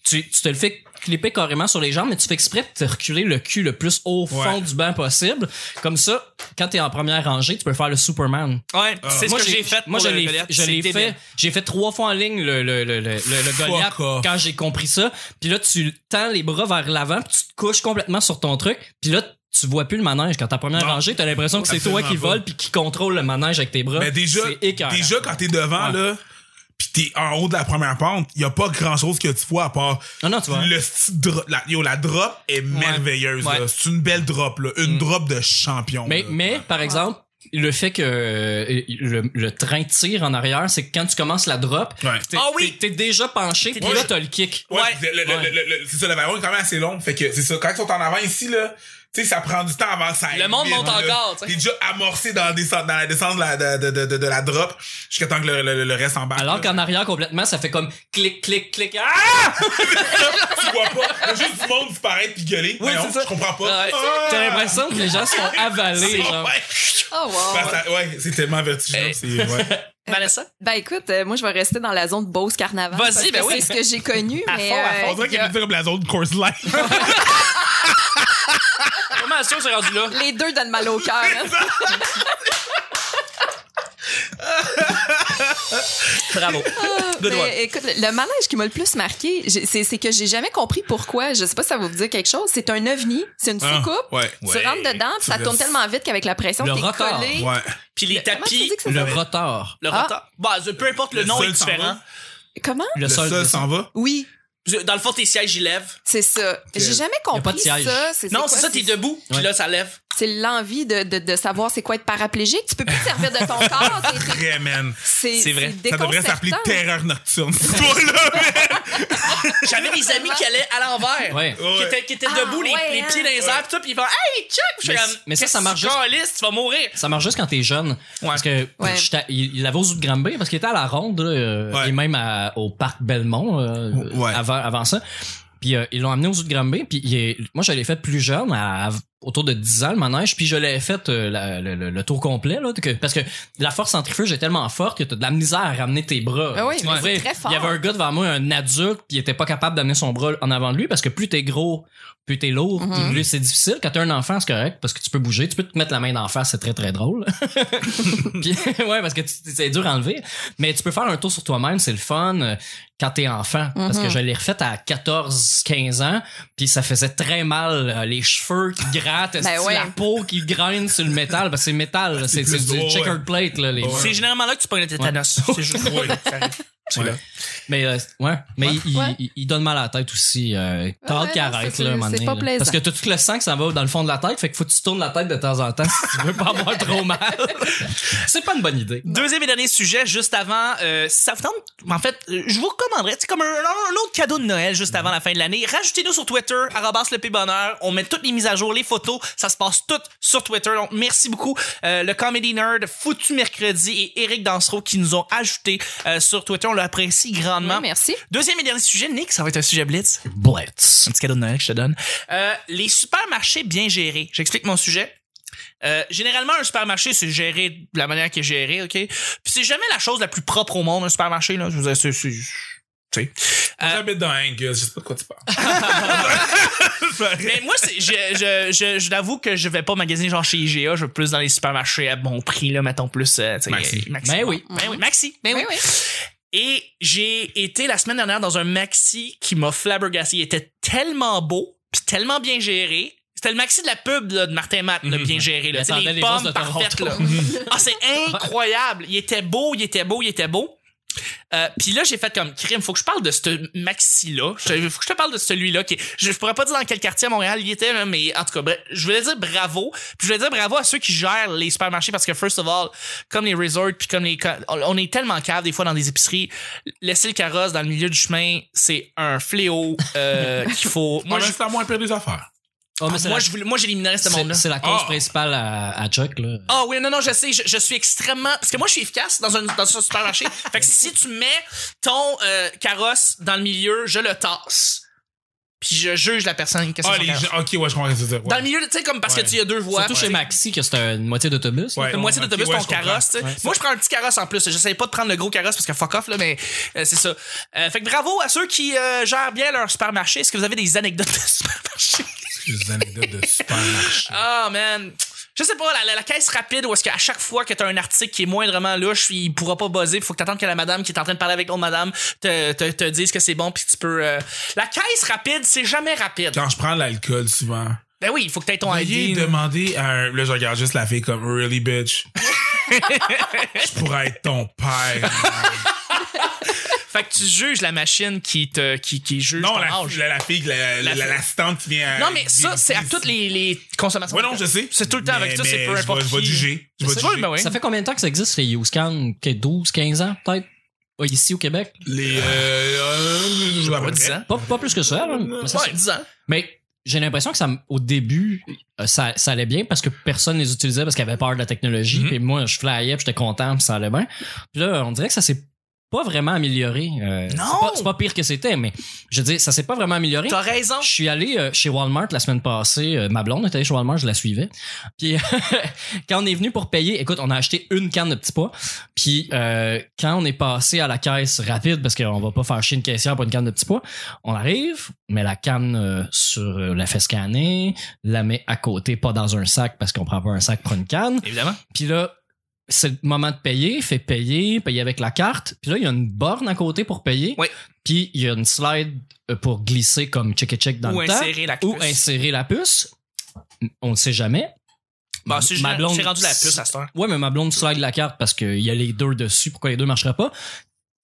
Speaker 2: Tu, tu te le fais clipper carrément sur les jambes, mais tu fais exprès de te reculer le cul le plus au fond
Speaker 3: Ouais.
Speaker 2: du banc possible. Comme ça, quand t'es en première rangée, tu peux faire le Superman.
Speaker 1: Ouais, c'est ce
Speaker 2: Moi,
Speaker 1: que j'ai fait.
Speaker 2: Moi,
Speaker 1: pour
Speaker 2: je
Speaker 1: le
Speaker 2: l'ai
Speaker 1: Goliath.
Speaker 2: je
Speaker 1: C'est
Speaker 2: l'ai
Speaker 1: débile.
Speaker 2: fait. J'ai fait trois fois en ligne le, le, le, le, le- le
Speaker 3: Fuck
Speaker 2: Goliath
Speaker 3: off.
Speaker 2: quand j'ai compris ça. Puis là, tu tends les bras vers l'avant, puis tu te couches complètement sur ton truc. Puis là, tu vois plus le manège. Quand ta première
Speaker 3: Non.
Speaker 2: rangée, t'as l'impression que c'est toi
Speaker 3: Absolument
Speaker 2: qui
Speaker 3: pas.
Speaker 2: vole puis qui contrôle le manège avec tes bras.
Speaker 3: Mais déjà,
Speaker 2: c'est écœurant.
Speaker 3: déjà quand t'es devant,
Speaker 2: Ouais.
Speaker 3: là, pis t'es en haut de la première pente, y a pas grand chose que tu vois à part
Speaker 2: Non, non, tu vois.
Speaker 3: le sti- dro- la, yo, la drop est merveilleuse,
Speaker 2: Ouais. Mm.
Speaker 3: là. C'est une belle drop, là. Une drop de champion.
Speaker 2: Mais,
Speaker 3: là.
Speaker 2: mais par exemple, le fait que euh, le, le train tire en arrière, c'est que quand tu commences la drop,
Speaker 3: Ouais.
Speaker 2: t'es
Speaker 1: Ah oui!
Speaker 2: t'es- t'es déjà penché, puis
Speaker 3: Ouais.
Speaker 2: là, t'as le kick.
Speaker 3: Ouais,
Speaker 1: Ouais.
Speaker 3: le- le-
Speaker 2: Ouais.
Speaker 3: le- le- le- c'est ça, le wagon est quand même assez long. Fait que c'est ça, quand ils sont en avant ici, là, tu sais, ça prend du temps avant que ça
Speaker 1: Le
Speaker 3: aille
Speaker 1: monde
Speaker 3: vite,
Speaker 1: monte
Speaker 3: là.
Speaker 1: encore, tu sais.
Speaker 3: T'es déjà amorcé dans, la descente- dans la descente de la, de, de, de, de la drop jusqu'à temps que le, le, le reste embarque.
Speaker 2: Alors
Speaker 3: là.
Speaker 2: qu'en arrière, complètement, ça fait comme clic, clic, clic. Ah!
Speaker 3: Tu vois pas, il y a juste du monde disparaître pis gueuler.
Speaker 2: Oui,
Speaker 3: Voyons,
Speaker 2: c'est ça.
Speaker 3: Je comprends pas.
Speaker 2: Ouais.
Speaker 3: Ah!
Speaker 2: T'as l'impression que les gens se font avaler,
Speaker 3: Ah,
Speaker 2: genre.
Speaker 3: ouais.
Speaker 4: Oh, wow.
Speaker 3: Ben, ça- ouais, c'est tellement vertigineux.
Speaker 1: Eh.
Speaker 3: c'est- ouais.
Speaker 1: Vanessa?
Speaker 4: Ben écoute, euh, moi je vais rester dans la zone Beauce Carnaval.
Speaker 1: Vas-y,
Speaker 4: parce que
Speaker 1: ben oui.
Speaker 4: C'est ce que j'ai connu.
Speaker 1: À
Speaker 4: mais,
Speaker 1: fond, à
Speaker 4: euh,
Speaker 1: fond.
Speaker 3: On dirait
Speaker 4: il y
Speaker 3: qu'il
Speaker 4: a-
Speaker 3: est comme la zone course life.
Speaker 1: Comment ça, on s'est rendu là?
Speaker 4: les deux donnent mal au cœur. hein.
Speaker 1: Bravo. Good
Speaker 4: Mais
Speaker 1: one.
Speaker 4: écoute, le le manège qui m'a le plus marqué, j'ai- c'est c'est que j'ai jamais compris pourquoi. Je sais pas si ça va vous dire quelque chose. C'est un ovni, c'est une
Speaker 3: Ah,
Speaker 4: soucoupe.
Speaker 3: ouais.
Speaker 4: Tu
Speaker 1: Ouais.
Speaker 4: rentres dedans, puis ça
Speaker 3: Tu
Speaker 4: tourne
Speaker 3: restes-
Speaker 4: tellement vite qu'avec la pression,
Speaker 2: Le
Speaker 4: t'es
Speaker 2: record.
Speaker 4: collé.
Speaker 3: Ouais.
Speaker 1: Puis les
Speaker 4: Comment tu
Speaker 1: tapis,
Speaker 4: dis que ça
Speaker 2: Le
Speaker 4: s'appelle?
Speaker 2: rotor.
Speaker 1: le
Speaker 4: Ah.
Speaker 1: retard. Bah, peu importe le,
Speaker 3: Le
Speaker 1: nom
Speaker 3: sol
Speaker 1: est différent.
Speaker 3: s'en
Speaker 4: Comment?
Speaker 2: Le,
Speaker 3: Le
Speaker 2: sol.
Speaker 3: sol
Speaker 2: le-
Speaker 3: s'en va.
Speaker 4: Oui,
Speaker 1: Dans le fond, tes sièges, ils lèvent.
Speaker 4: c'est ça. J'ai jamais compris
Speaker 2: pas de siège.
Speaker 4: ça. C'est-
Speaker 1: Non,
Speaker 4: quoi,
Speaker 1: c'est ça, t'es debout. Puis
Speaker 2: Ouais.
Speaker 1: là, ça lève.
Speaker 4: C'est l'envie de, de, de savoir c'est quoi être paraplégique. Tu peux plus te servir de ton corps. t'es- t'es-
Speaker 3: Très, man.
Speaker 4: C'est
Speaker 1: C'est vrai.
Speaker 4: c'est
Speaker 3: Ça devrait s'appeler
Speaker 4: déconcertant.
Speaker 3: Terreur Nocturne. cette histoire-là, man.
Speaker 1: J'avais des amis qui allaient à l'envers.
Speaker 2: Ouais.
Speaker 1: Qui étaient, qui étaient
Speaker 4: Ah,
Speaker 1: debout, les,
Speaker 4: ouais,
Speaker 1: les
Speaker 4: hein.
Speaker 1: pieds dans les airs, pis tout, pis ils vont, hey, check! Puis je
Speaker 2: Mais-
Speaker 1: suis comme,
Speaker 2: mais ça, ça
Speaker 1: Qu'est-ce
Speaker 2: marche
Speaker 1: que tu calisses? tu vas mourir.
Speaker 2: Ça marche juste quand t'es jeune. Parce que
Speaker 4: Ouais.
Speaker 2: j'étais- il, il avait aux zoo de Granby parce qu'il était à la ronde là, euh,
Speaker 3: Ouais.
Speaker 2: et même à- au parc Belmont euh,
Speaker 3: Ouais.
Speaker 2: avant, avant ça. Puis euh, ils l'ont amené aux zoo de Granby. Puis il est- moi, je l'ai fait plus jeune à, autour de 10 ans le manège, puis je l'avais fait euh, la- le, le- le tour complet là, que- parce que la force centrifuge est tellement forte que t'as de la misère à ramener tes bras.
Speaker 4: Ah oui,
Speaker 2: Tu
Speaker 4: mais
Speaker 2: veux
Speaker 4: c'est
Speaker 2: dire,
Speaker 4: très fort.
Speaker 2: Il y avait un gars devant moi, un adulte, puis il était pas capable d'amener son bras en avant de lui parce que plus t'es gros, plus t'es lourd,
Speaker 4: Mhm.
Speaker 2: puis plus c'est difficile. Quand t'as un enfant, c'est correct parce que tu peux bouger, tu peux te mettre la main d'en face, c'est très très drôle. Puis, ouais, parce que tu- c'est dur à enlever. Mais tu peux faire un tour sur toi-même, c'est le fun euh, quand t'es enfant. Parce que
Speaker 4: Mhm.
Speaker 2: je l'ai refait à 14, 15 ans, puis ça faisait très mal. euh, les cheveux qui grattent, esti,
Speaker 4: Ben ouais.
Speaker 2: la peau qui graine sur le métal, parce que c'est métal, là, c'est
Speaker 3: plus
Speaker 2: c'est du
Speaker 3: gros, ouais.
Speaker 2: checkered plate. Là, les-
Speaker 3: Ouais.
Speaker 1: C'est généralement là que tu pognes le tétanos. C'est juste.
Speaker 3: Oui.
Speaker 1: Ça arrive.
Speaker 3: C'est là.
Speaker 2: Mais, euh, ouais. mais il,
Speaker 4: Ouais.
Speaker 2: il- il donne mal à la tête aussi. Euh, T'as
Speaker 4: Ouais,
Speaker 2: hâte qu'il
Speaker 4: non,
Speaker 2: arrête.
Speaker 4: c'est-
Speaker 2: là, un moment
Speaker 4: c'est
Speaker 2: donné,
Speaker 4: pas
Speaker 2: là.
Speaker 4: plaisant.
Speaker 2: Parce que t'as tout le sang que ça va dans le fond de la tête, fait que faut que tu tournes la tête de temps en temps si tu veux pas avoir trop mal. c'est pas une bonne idée.
Speaker 1: Deuxième et dernier sujet, juste avant, euh, si ça vous tente, en fait, euh, je vous recommanderais, c'est comme un, un- un autre cadeau de Noël juste avant la fin de l'année. Rajoutez-nous sur Twitter, arrobas le Bonheur. On met toutes les mises à jour, les photos, ça se passe tout sur Twitter. Donc, merci beaucoup, euh, le Comedy Nerd, Foutu Mercredi et Eric Dansereau qui nous ont ajouté euh, sur Twitter. On l'apprécie grandement.
Speaker 4: Oui, merci.
Speaker 1: Deuxième et dernier sujet, Nick, ça va être un sujet blitz.
Speaker 2: Blitz.
Speaker 1: Un petit cadeau de Noël que je te donne. Euh, les supermarchés bien gérés. J'explique mon sujet. Euh, généralement, un supermarché, c'est géré de la manière qu'il est géré, OK? Puis c'est jamais la chose la plus propre au monde, un supermarché, là. Je vous dire, c'est... c'est- Tu sais. Euh,
Speaker 3: J'habite dans Angus, je sais pas de quoi tu parles.
Speaker 1: mais moi, c'est- je, je, je, je l'avoue que je vais pas magasiner genre chez IGA, je vais plus dans les supermarchés à bon prix, là, mettons plus. euh, tu sais,
Speaker 3: Maxi.
Speaker 1: euh, Maxi.
Speaker 2: Ben oui.
Speaker 1: Ben oui, Maxi. Ben
Speaker 4: Oui,
Speaker 1: oui.
Speaker 4: oui.
Speaker 1: Et j'ai été la semaine dernière dans un maxi qui m'a flabbergassé. Il était tellement beau, puis tellement bien géré. C'était le maxi de la pub là, de Martin Matt, le
Speaker 2: Mhm.
Speaker 1: bien géré. Là.
Speaker 2: Il
Speaker 1: Tu sais,
Speaker 2: attendait
Speaker 1: Les,
Speaker 2: les boss de
Speaker 1: pommes parfaites. Là.
Speaker 2: Toronto.
Speaker 1: ah, c'est incroyable. Il était beau, il était beau, il était beau. Euh, puis là j'ai fait comme crime faut que je parle de ce maxi là faut que je te parle de celui là qui je, je pourrais pas dire dans quel quartier à Montréal il était là, mais en tout cas bref, je voulais dire bravo puis je voulais dire bravo à ceux qui gèrent les supermarchés parce que first of all comme les resorts puis comme les on on est tellement cave des fois dans des épiceries laisser le carrosse dans le milieu du chemin c'est un fléau euh, qu'il faut moi
Speaker 3: Moi, je Ah,
Speaker 1: je,
Speaker 3: suis à moins pire des affaires.
Speaker 2: Oh, mais c'est
Speaker 1: moi
Speaker 2: la-
Speaker 1: je voulais- moi j'éliminerais ce
Speaker 2: c'est-
Speaker 1: monde là
Speaker 2: C'est la cause
Speaker 3: Ah.
Speaker 2: principale à, à Chuck, là.
Speaker 1: Ah oui, non, non, je sais, je, je suis extrêmement... Parce que moi, je suis efficace dans un, dans un supermarché. fait que si tu mets ton euh, carrosse dans le milieu, je le tasse. Puis je juge la personne qui a
Speaker 3: Ah,
Speaker 1: son
Speaker 3: les
Speaker 1: carrosse.
Speaker 3: gens. Ok, ouais, je comprends ce que tu veux dire.
Speaker 1: Dans le milieu, tu sais, comme parce
Speaker 3: Ouais.
Speaker 1: que tu y as deux voies.
Speaker 2: Surtout chez Maxi, que c'est une moitié d'autobus. là.
Speaker 3: Ouais.
Speaker 1: La moitié
Speaker 3: Ok,
Speaker 1: d'autobus,
Speaker 3: ouais,
Speaker 1: ton
Speaker 3: je comprends.
Speaker 1: carrosse, tu sais.
Speaker 2: Ouais.
Speaker 1: Moi, je prends un petit carrosse en plus. J'essaie pas de prendre le gros carrosse parce que fuck off, là, mais euh, c'est ça. Euh, fait que bravo à ceux qui euh, gèrent bien leur supermarché. Est-ce que vous avez des anecdotes de supermarché?
Speaker 3: Des anecdotes de supermarché.
Speaker 1: Ah, man. Je sais pas, la, la- la caisse rapide où est-ce qu'à chaque fois que t'as un article qui est moindrement louche, il pourra pas buzzer, faut que t'attendes que la madame qui est en train de parler avec l'autre madame te, te, te dise que c'est bon puis tu peux... euh, La caisse rapide, c'est jamais rapide.
Speaker 3: Quand je prends de l'alcool, souvent.
Speaker 1: Ben oui, il faut que t'aies ton
Speaker 3: Veuillez
Speaker 1: ID.
Speaker 3: demander à un. Là, je regarde juste la fille comme Really, bitch. je pourrais être ton père.
Speaker 1: Fait que tu juges la machine qui te qui, qui juge
Speaker 3: non,
Speaker 1: ton
Speaker 3: la,
Speaker 1: âge.
Speaker 3: la, la fille, la-
Speaker 1: La
Speaker 3: la-
Speaker 1: fille.
Speaker 3: l'assistante qui vient. à-
Speaker 1: Non, mais ça, c'est à
Speaker 3: qui-
Speaker 1: toutes les, les consommations.
Speaker 3: Ouais, non, je sais.
Speaker 1: C'est tout le temps
Speaker 3: Mais-
Speaker 1: avec ça, c'est
Speaker 3: mais
Speaker 1: peu
Speaker 3: je
Speaker 1: importe
Speaker 3: vais- Je vais
Speaker 1: qui.
Speaker 3: juger. Je vais
Speaker 1: C'est-
Speaker 3: juger.
Speaker 1: ouais, ben oui.
Speaker 2: Ça fait combien de temps que ça existe, les YouScan? Que 12, 15 ans, peut-être? Ouais, ici, au Québec?
Speaker 3: Les. Euh, euh, je
Speaker 1: Pas 10 ans.
Speaker 2: Pas, pas plus que ça, là, mais ça,
Speaker 1: Ouais,
Speaker 2: c'est-
Speaker 1: 10 ans.
Speaker 2: Mais j'ai l'impression que ça, m- au début, euh, ça, ça allait bien parce que personne les utilisait parce qu'ils avaient peur de la technologie.
Speaker 3: Mhm.
Speaker 2: Puis moi, je flyais, puis j'étais content, puis ça allait bien. Puis là, on dirait que ça s'est pas vraiment amélioré. Euh, c'est
Speaker 1: Non!
Speaker 2: pas- C'est pas, pire que c'était, mais je veux dire, ça s'est pas vraiment amélioré.
Speaker 1: T'as raison.
Speaker 2: Je suis allé euh, chez Walmart la semaine passée. Euh, ma blonde était allée chez Walmart, je la suivais. Puis quand on est venu pour payer, écoute, on a acheté une canne de petits pois. Puis euh, quand on est passé à la caisse rapide, parce qu'on va pas faire chier une caissière pour une canne de petits pois, on arrive, met la canne euh, sur euh, la fait scanner, la met à côté, pas dans un sac parce qu'on prend pas un sac pour une canne.
Speaker 1: Évidemment.
Speaker 2: Puis là, c'est le moment de payer, fait payer, payer avec la carte. Puis là, il y a une borne à côté pour payer.
Speaker 1: Oui.
Speaker 2: Puis il y a une slide euh, pour glisser comme check et check dans
Speaker 1: Ou
Speaker 2: le temps.
Speaker 1: insérer la
Speaker 2: Ou
Speaker 1: puce.
Speaker 2: insérer la puce. On ne sait jamais.
Speaker 1: Bah, c'est
Speaker 2: Ma blonde-
Speaker 1: j'ai rendu la puce à cette heure.
Speaker 2: Ouais, mais ma blonde slide la carte parce qu'il y a les deux dessus. Pourquoi les deux marcheraient pas?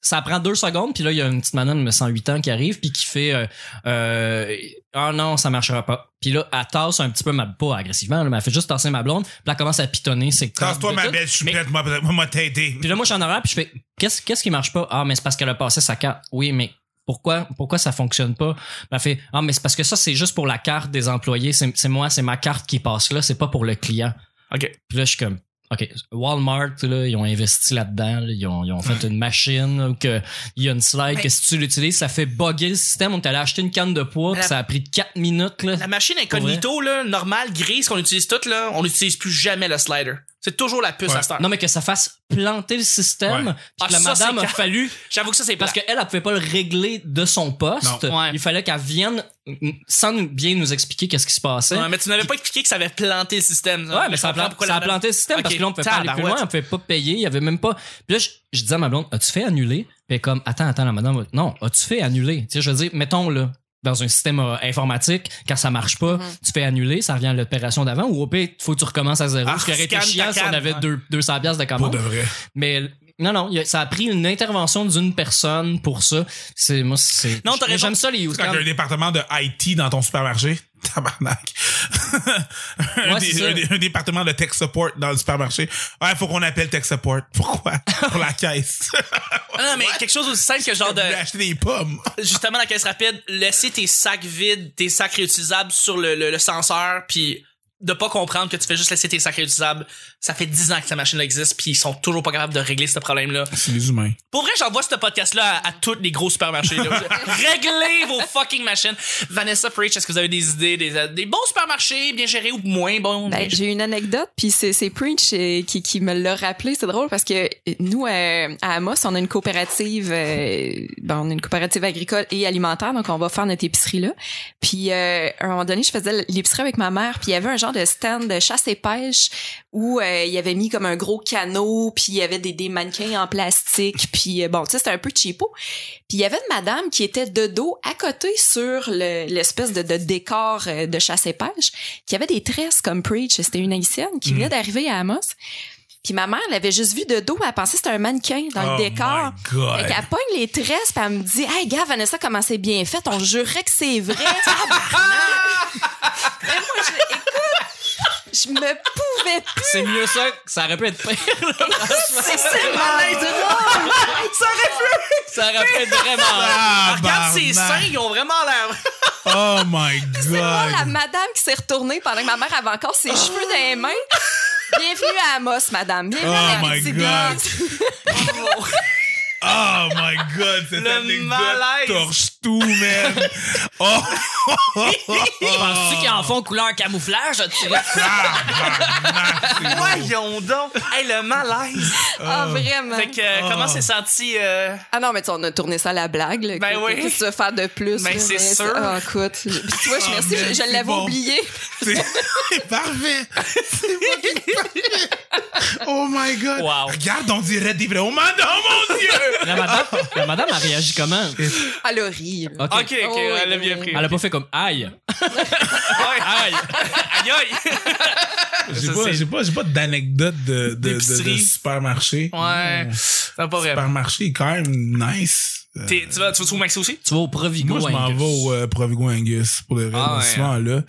Speaker 2: Ça prend deux secondes, puis là, il y a une petite madame de 108 ans qui arrive, puis qui fait euh, euh, Ah non, ça marchera pas. Puis là, elle tasse un petit peu ma pas agressivement, là, mais elle fait juste tasser ma blonde, puis là, elle commence à pitonner ses cordes
Speaker 3: Tasse-toi,
Speaker 2: de
Speaker 3: ma
Speaker 2: tout.
Speaker 3: belle, je suis
Speaker 2: Mais-
Speaker 3: prête, moi, moi, moi, t'aider.
Speaker 2: Puis là, moi, je suis en horaire, puis je fais qu'est-ce, qu'est-ce qui marche pas? Ah, mais c'est parce qu'elle a passé sa carte. Oui, mais pourquoi, pourquoi ça fonctionne pas? Puis elle fait Ah, mais c'est parce que ça, c'est juste pour la carte des employés. C'est, c'est moi, c'est ma carte qui passe là, c'est pas pour le client.
Speaker 1: OK.
Speaker 2: Puis là, je suis comme OK, Walmart, là, ils ont investi là-dedans. là. ils, ont, ils ont fait une machine là, où que, il y a une slide
Speaker 1: Mais-
Speaker 2: que si tu l'utilises, ça fait bugger le système. On est allé acheter une canne de poids,
Speaker 1: Mais
Speaker 2: puis
Speaker 1: la-
Speaker 2: ça a pris 4 minutes. Là.
Speaker 1: La machine incognito, là, normale, grise qu'on utilise toute, là, on n'utilise plus jamais le slider. C'est toujours la puce
Speaker 3: Ouais.
Speaker 1: à cette heure.
Speaker 2: Non, mais que ça fasse planter le système. Puis
Speaker 3: Ouais.
Speaker 2: que
Speaker 1: Ah,
Speaker 2: la
Speaker 1: ça,
Speaker 2: madame
Speaker 1: c'est
Speaker 2: a
Speaker 1: quand-
Speaker 2: fallu
Speaker 1: J'avoue que ça, c'est
Speaker 2: Parce
Speaker 1: parce que.
Speaker 2: qu'elle, elle pouvait pas le régler de son poste.
Speaker 1: Non. Ouais.
Speaker 2: Il fallait qu'elle vienne mm, sans nous- bien nous expliquer qu'est-ce qui se passait.
Speaker 1: mais tu n'avais pas expliqué que ça avait planté le système.
Speaker 2: Ouais, mais ça a, plan- ça a planté le système parce
Speaker 1: Ok.
Speaker 2: que là, on pouvait pas aller plus
Speaker 1: Tabarouette.
Speaker 2: loin, on pouvait pas payer, il y avait même pas. Puis là, je, je disais à ma blonde, as-tu fait annuler? Puis elle est comme, attends, attends, la madame, va- non, as-tu fait annuler? Tu sais, je veux dire, mettons là, dans un système euh, informatique, quand ça marche pas, tu fais annuler, ça revient à l'opération d'avant, ou au pire, faut que tu recommences à zéro.
Speaker 1: Ah,
Speaker 2: ce qui aurait été
Speaker 1: scanne
Speaker 2: chiant
Speaker 1: ta
Speaker 2: si on
Speaker 1: canne,
Speaker 2: avait
Speaker 1: ouais.
Speaker 2: deux- 200 piastres de
Speaker 3: Pour
Speaker 2: commande.
Speaker 3: de vrai.
Speaker 2: Mais non, non, il y a- ça a pris une intervention d'une personne pour ça. C'est moi, c'est.
Speaker 1: Non, t'as
Speaker 2: mais
Speaker 1: raison.
Speaker 2: J'aime ça les
Speaker 3: Quand t'as un
Speaker 2: Youscam.
Speaker 3: département de IT dans ton supermarché, tabarnak. un,
Speaker 2: Ouais, c'est
Speaker 3: dé-
Speaker 2: ça.
Speaker 3: un dé- un département de tech support dans le supermarché. Ouais, faut qu'on appelle tech support. Pourquoi? Pour la caisse.
Speaker 1: Ah, non, mais quelque chose aussi simple que genre
Speaker 3: Je
Speaker 1: de.
Speaker 3: voulais acheter des pommes.
Speaker 1: Justement, la caisse rapide, laisser tes sacs vides, tes sacs réutilisables sur le, le- le senseur, puis de pas comprendre que tu fais juste laisser tes sacs réutilisables. Ça fait 10 ans que cette machine-là existe, puis ils sont toujours pas capables de régler ce problème-là.
Speaker 3: C'est les humains.
Speaker 1: Pour vrai, j'envoie ce podcast-là à, à tous les gros supermarchés. là. Réglez vos fucking machines. Vanessa Preach, est-ce que vous avez des idées, des, euh, des bons supermarchés bien gérés ou moins bons?
Speaker 4: Ben, j'ai une anecdote, puis c'est, c'est Preach euh, qui, qui me l'a rappelé. C'est drôle parce que nous, euh, à Amos, on a une coopérative, euh, ben, on a une coopérative agricole et alimentaire, donc on va faire notre épicerie là. Puis euh, à un moment donné, je faisais l'épicerie avec ma mère, puis il y avait un genre de stand de chasse et pêche où euh, il y avait mis comme un gros canot, puis il y avait des, des mannequins en plastique, puis euh, bon, tu sais, c'était un peu cheapo. Puis il y avait une madame qui était de dos à côté sur le- l'espèce de, de décor euh, de chasse et pêche, qui avait des tresses comme Preach, c'était une haïtienne
Speaker 3: Mm.
Speaker 4: qui venait d'arriver à Amos. Puis ma mère l'avait juste vu de dos, elle pensait que c'était un mannequin dans le
Speaker 3: Oh
Speaker 4: décor.
Speaker 3: my God.
Speaker 4: Fait qu'elle pogne les tresses, puis elle me dit Hey, gars, Vanessa, comment c'est bien fait, on jurait que c'est vrai. Tabarnak! Mais moi, je, écoute, je me pouvais plus.
Speaker 2: C'est mieux ça, que ça aurait pu être pire. là.
Speaker 4: C'est tellement drôle!
Speaker 2: ça aurait pu être vraiment.
Speaker 1: Ah, regarde ces seins,
Speaker 3: Tabarnak.
Speaker 1: ils ont vraiment l'air.
Speaker 3: Oh my
Speaker 4: Moi, la
Speaker 3: god.
Speaker 4: madame qui s'est retournée pendant que ma mère avait encore ses cheveux dans les mains. Bienvenue à Amos, madame. Bienvenue à
Speaker 3: Oh
Speaker 4: la
Speaker 3: my
Speaker 4: Abitibi.
Speaker 3: God. Oh my god, cette
Speaker 1: Le
Speaker 3: anecdote
Speaker 1: malaise.
Speaker 3: torche tout, man. Oh,
Speaker 2: Penses-tu qu'ils en font couleur camouflage? tu dirais?
Speaker 3: tabarnak.
Speaker 1: Voyons donc. Hey, le malaise.
Speaker 3: Oh.
Speaker 4: Ah, vraiment.
Speaker 1: Fait que, euh,
Speaker 3: Ah.
Speaker 1: comment s'est senti? euh,
Speaker 4: Ah non, mais tu sais, on a tourné ça à la blague. là.
Speaker 1: Ben oui.
Speaker 4: Qu'est-ce que tu veux faire de plus?
Speaker 1: Ben,
Speaker 4: là?
Speaker 1: c'est
Speaker 4: Mais-
Speaker 1: sûr.
Speaker 4: Ah, écoute. Puis tu vois, je,
Speaker 3: Ah,
Speaker 4: merci, je-
Speaker 3: mais
Speaker 4: je
Speaker 3: c'est
Speaker 4: l'avais
Speaker 3: bon.
Speaker 4: oublié.
Speaker 3: C'est c'est parfait. C'est fucking parfait. Oh my god.
Speaker 1: Wow.
Speaker 3: Regarde, on dirait des vrais. Oh mon, oh mon dieu.
Speaker 2: La madame, la madame a réagi comment?
Speaker 4: Elle a ri. là.
Speaker 2: Ok.
Speaker 1: Ok, ok,
Speaker 4: Oh,
Speaker 1: elle a
Speaker 4: oui.
Speaker 1: bien pris.
Speaker 2: Elle a pas fait comme aïe.
Speaker 1: Ouais. Aïe, aïe.
Speaker 3: J'ai
Speaker 1: Ça,
Speaker 3: pas,
Speaker 1: c'est-
Speaker 3: j'ai pas, j'ai pas d'anecdote de, de, de, de
Speaker 1: D'épicerie.
Speaker 3: supermarché.
Speaker 1: Ouais,
Speaker 3: Hmm.
Speaker 1: c'est pas vrai.
Speaker 3: Supermarché est quand même nice. Euh,
Speaker 1: T'es- Tu vas, tu vas trouver Maxi aussi?
Speaker 2: Tu vas au Provigo. hein.
Speaker 3: Moi, je m'en
Speaker 2: Angus.
Speaker 3: vais au euh, Provigo Angus pour le reste
Speaker 1: Ah,
Speaker 3: dans
Speaker 1: ouais,
Speaker 3: ce moment-là.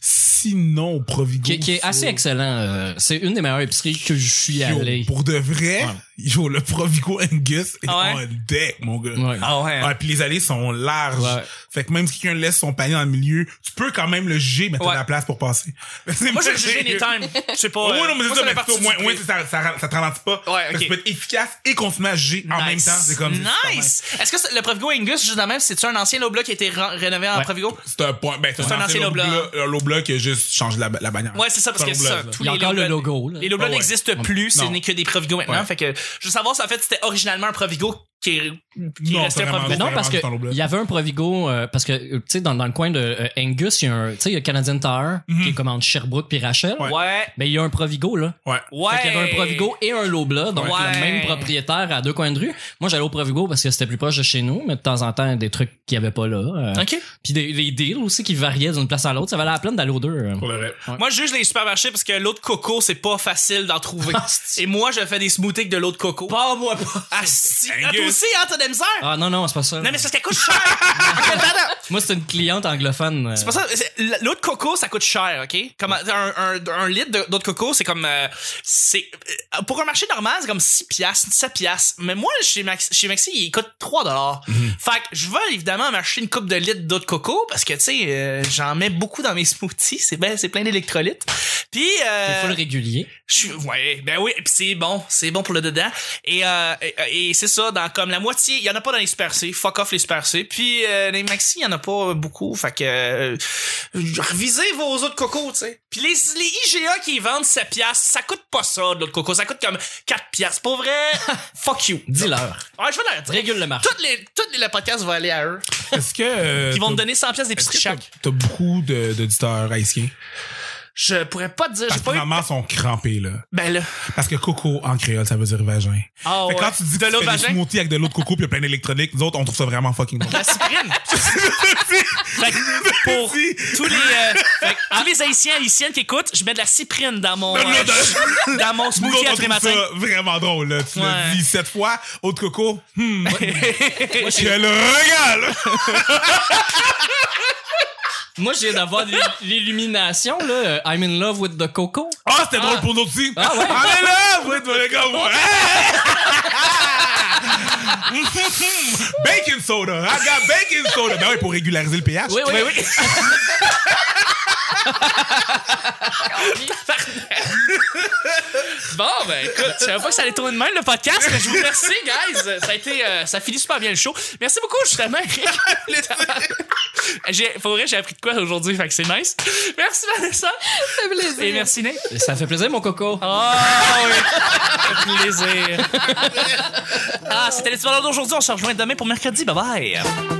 Speaker 3: Sinon, au Provigo.
Speaker 2: Qui, qui est
Speaker 3: ça-
Speaker 2: assez excellent. euh, c'est une des meilleures épiceries que je suis
Speaker 3: Yo,
Speaker 2: allé.
Speaker 3: pour de vrai,
Speaker 2: Ouais.
Speaker 3: yo, le Provigo Angus est
Speaker 1: Ah
Speaker 3: en
Speaker 1: ouais?
Speaker 3: deck, mon gars.
Speaker 2: Ouais.
Speaker 1: Ah ouais.
Speaker 3: Ah, puis les allées sont larges.
Speaker 2: Ouais.
Speaker 3: Fait que même si quelqu'un laisse son panier dans le milieu, tu peux quand même le juger, mais t'as
Speaker 1: Ouais.
Speaker 3: de la place pour passer.
Speaker 1: Moi, j'ai le jugé des times. Je sais pas.
Speaker 3: Oh,
Speaker 1: euh,
Speaker 3: oui, non, mais c'est
Speaker 1: moi,
Speaker 3: ça,
Speaker 1: me
Speaker 3: mais
Speaker 1: partie
Speaker 3: plutôt,
Speaker 1: du
Speaker 3: moins,
Speaker 1: prix.
Speaker 3: moins, ça, ça, ça te ralentit pas.
Speaker 1: Ouais,
Speaker 3: Fait que
Speaker 1: ok.
Speaker 3: tu peux être efficace et continuer à juger en même
Speaker 1: Nice.
Speaker 3: temps. C'est comme.
Speaker 1: Nice! Est-ce que c'est- le Provigo Angus, juste de même, c'est-tu un ancien Loblaw qui a été ren- rénové en
Speaker 2: Ouais.
Speaker 1: Provigo?
Speaker 3: C'est un point. Ben,
Speaker 1: C'est un ancien
Speaker 3: low
Speaker 1: Loblaw.
Speaker 3: block. Un low block qui a juste changé la, la bannière.
Speaker 1: Ouais, c'est ça, parce
Speaker 3: Pas
Speaker 1: que c'est ça.
Speaker 3: Loblaw, là.
Speaker 1: Tous
Speaker 2: Il y a
Speaker 1: les
Speaker 2: encore le
Speaker 1: Loblaw-
Speaker 2: logo. là.
Speaker 1: Les Loblaw
Speaker 3: Ah ouais.
Speaker 1: n'existent plus, ce
Speaker 3: Non.
Speaker 1: n'est que des Provigo maintenant.
Speaker 3: Ouais.
Speaker 1: Fait que, je veux savoir, ça en fait, c'était originalement un Provigo qui, est- qui
Speaker 3: Non,
Speaker 1: restait un
Speaker 3: vraiment
Speaker 1: Provigo.
Speaker 2: Mais non, parce que
Speaker 3: Vraiment du temps
Speaker 2: il y avait un Provigo, euh, parce que, euh, tu sais, dans, dans le coin de euh, Angus, il y a un, tu sais, il y a Canadian Tire, qui est comme entre Sherbrooke puis Rachel.
Speaker 3: Mhm. Ouais.
Speaker 1: Ouais.
Speaker 2: Mais il y a un Provigo, là.
Speaker 3: Ouais.
Speaker 1: Ouais.
Speaker 2: Fait qu'il y avait un Provigo et un Loblaw, donc
Speaker 1: Ouais.
Speaker 2: le même propriétaire à deux coins de rue. Moi, j'allais au Provigo parce que c'était plus proche de chez nous, mais de temps en temps, des trucs qu'il n'y avait pas là. euh,
Speaker 1: OK.
Speaker 2: Puis des, les deals aussi qui variaient d'une place à l'autre. Ça valait la peine d'aller aux deux. euh.
Speaker 3: Pour le reste.
Speaker 1: Moi, je juge les supermarchés parce que l'eau de coco, c'est pas facile d'en trouver.
Speaker 3: Ah,
Speaker 1: Et moi, je fais des smoothies avec de l'eau de coco. Pas moi, pas. Ah, si. Ah, toi
Speaker 3: Angus.
Speaker 1: aussi, hein, t'as de la misère?
Speaker 2: Ah non, non, c'est pas ça.
Speaker 1: Non, mais c'est parce qu'elle coûte cher. Ok, attends, attends.
Speaker 2: Moi, c'est une cliente anglophone. euh,
Speaker 1: C'est pour ça, c'est- l'eau de coco, ça coûte cher, OK? Comme un, un, un litre de- d'eau de coco, c'est comme... euh, c'est euh, Pour un marché normal, c'est comme 6 piastres, 7 piastres. Mais moi, chez Maxi, chez Maxi il coûte 3 dollars. Fait que je veux évidemment m'acheter une coupe de litre d'eau de coco parce que, tu sais, euh, j'en mets beaucoup dans mes smoothies. C'est ben, c'est plein d'électrolytes. Puis... euh,
Speaker 2: C'est full régulier.
Speaker 1: je suis, ouais, ben oui, pis c'est bon, c'est bon pour le dedans. Et, euh, et, et c'est ça, dans comme la moitié, il y en a pas dans les super C, fuck off les super C. Puis euh, les maxi, il y en a pas beaucoup, fait que euh, revisez vos autres cocos, tu sais. Puis les, les IGA qui vendent 7 piastres, ça coûte pas ça de l'autre coco, ça coûte comme 4 piastres. Pour vrai, fuck you.
Speaker 2: Dis-leur.
Speaker 1: Ouais, je vais leur dire.
Speaker 2: Régule le marché.
Speaker 1: Toutes les, toutes les le podcast va aller à eux.
Speaker 3: Est-ce que. euh,
Speaker 1: Ils vont
Speaker 3: t'as-
Speaker 1: me donner 100 piastres
Speaker 3: est-ce que
Speaker 1: d'épicerie
Speaker 3: t'as-
Speaker 1: chaque.
Speaker 3: T'as beaucoup de- d'auditeurs haïtiens.
Speaker 1: Je pourrais pas te dire, j'ai
Speaker 3: Parce que
Speaker 1: pas eu.
Speaker 3: maman sont crampés, là.
Speaker 1: Ben là.
Speaker 3: Parce que coco en créole, ça veut dire vagin.
Speaker 1: Ah
Speaker 3: Fait que
Speaker 1: ouais.
Speaker 3: quand tu dis que
Speaker 1: de
Speaker 3: tu
Speaker 1: l'eau
Speaker 3: fais
Speaker 1: vagin.
Speaker 3: des smoothies avec de l'eau de coco puis plein d'électronique, nous autres, on trouve ça vraiment fucking bon.
Speaker 1: La cyprine. Fait que pour tous les, euh, fait que tous les haïtiens haïtiennes qui écoutent, je mets de la cyprine dans mon,
Speaker 3: Non, non,
Speaker 1: euh, dans mon
Speaker 3: Nous
Speaker 1: smoothie
Speaker 3: autres, on
Speaker 1: après
Speaker 3: trouve
Speaker 1: matin.
Speaker 3: ça vraiment drôle, là. Tu
Speaker 1: Ouais.
Speaker 3: l'as dit sept fois, eau de coco, hmm,
Speaker 2: Moi, je-
Speaker 3: quel régal!
Speaker 2: Moi, je viens d'avoir l'il- l'illumination, là. euh, I'm in love with the coco.
Speaker 3: Ah, c'était drôle pour nous aussi! Ah ouais? Allez là! Oui, tu vas les gars, moi. Ah! Hum, hum, hum. Baking soda! I got baking soda! Ben oui, pour régulariser le pH.
Speaker 2: Oui, oui.
Speaker 1: Ben oui. bon, ben écoute, je savais pas que ça allait tourner de même le podcast, mais je vous remercie, guys. Ça a été, euh, ça finit super bien le show. Merci beaucoup, justement, Eric. J'ai- Pour vrai, j'ai appris de quoi aujourd'hui, fait que c'est nice. Merci, Vanessa.
Speaker 4: Ça fait plaisir.
Speaker 1: Et merci, Nick.
Speaker 2: Ça fait plaisir, mon coco.
Speaker 1: Oh oui! Quel plaisir! ah, c'était les Tueurs d'aujourd'hui. On se rejoint demain pour mercredi. Bye bye!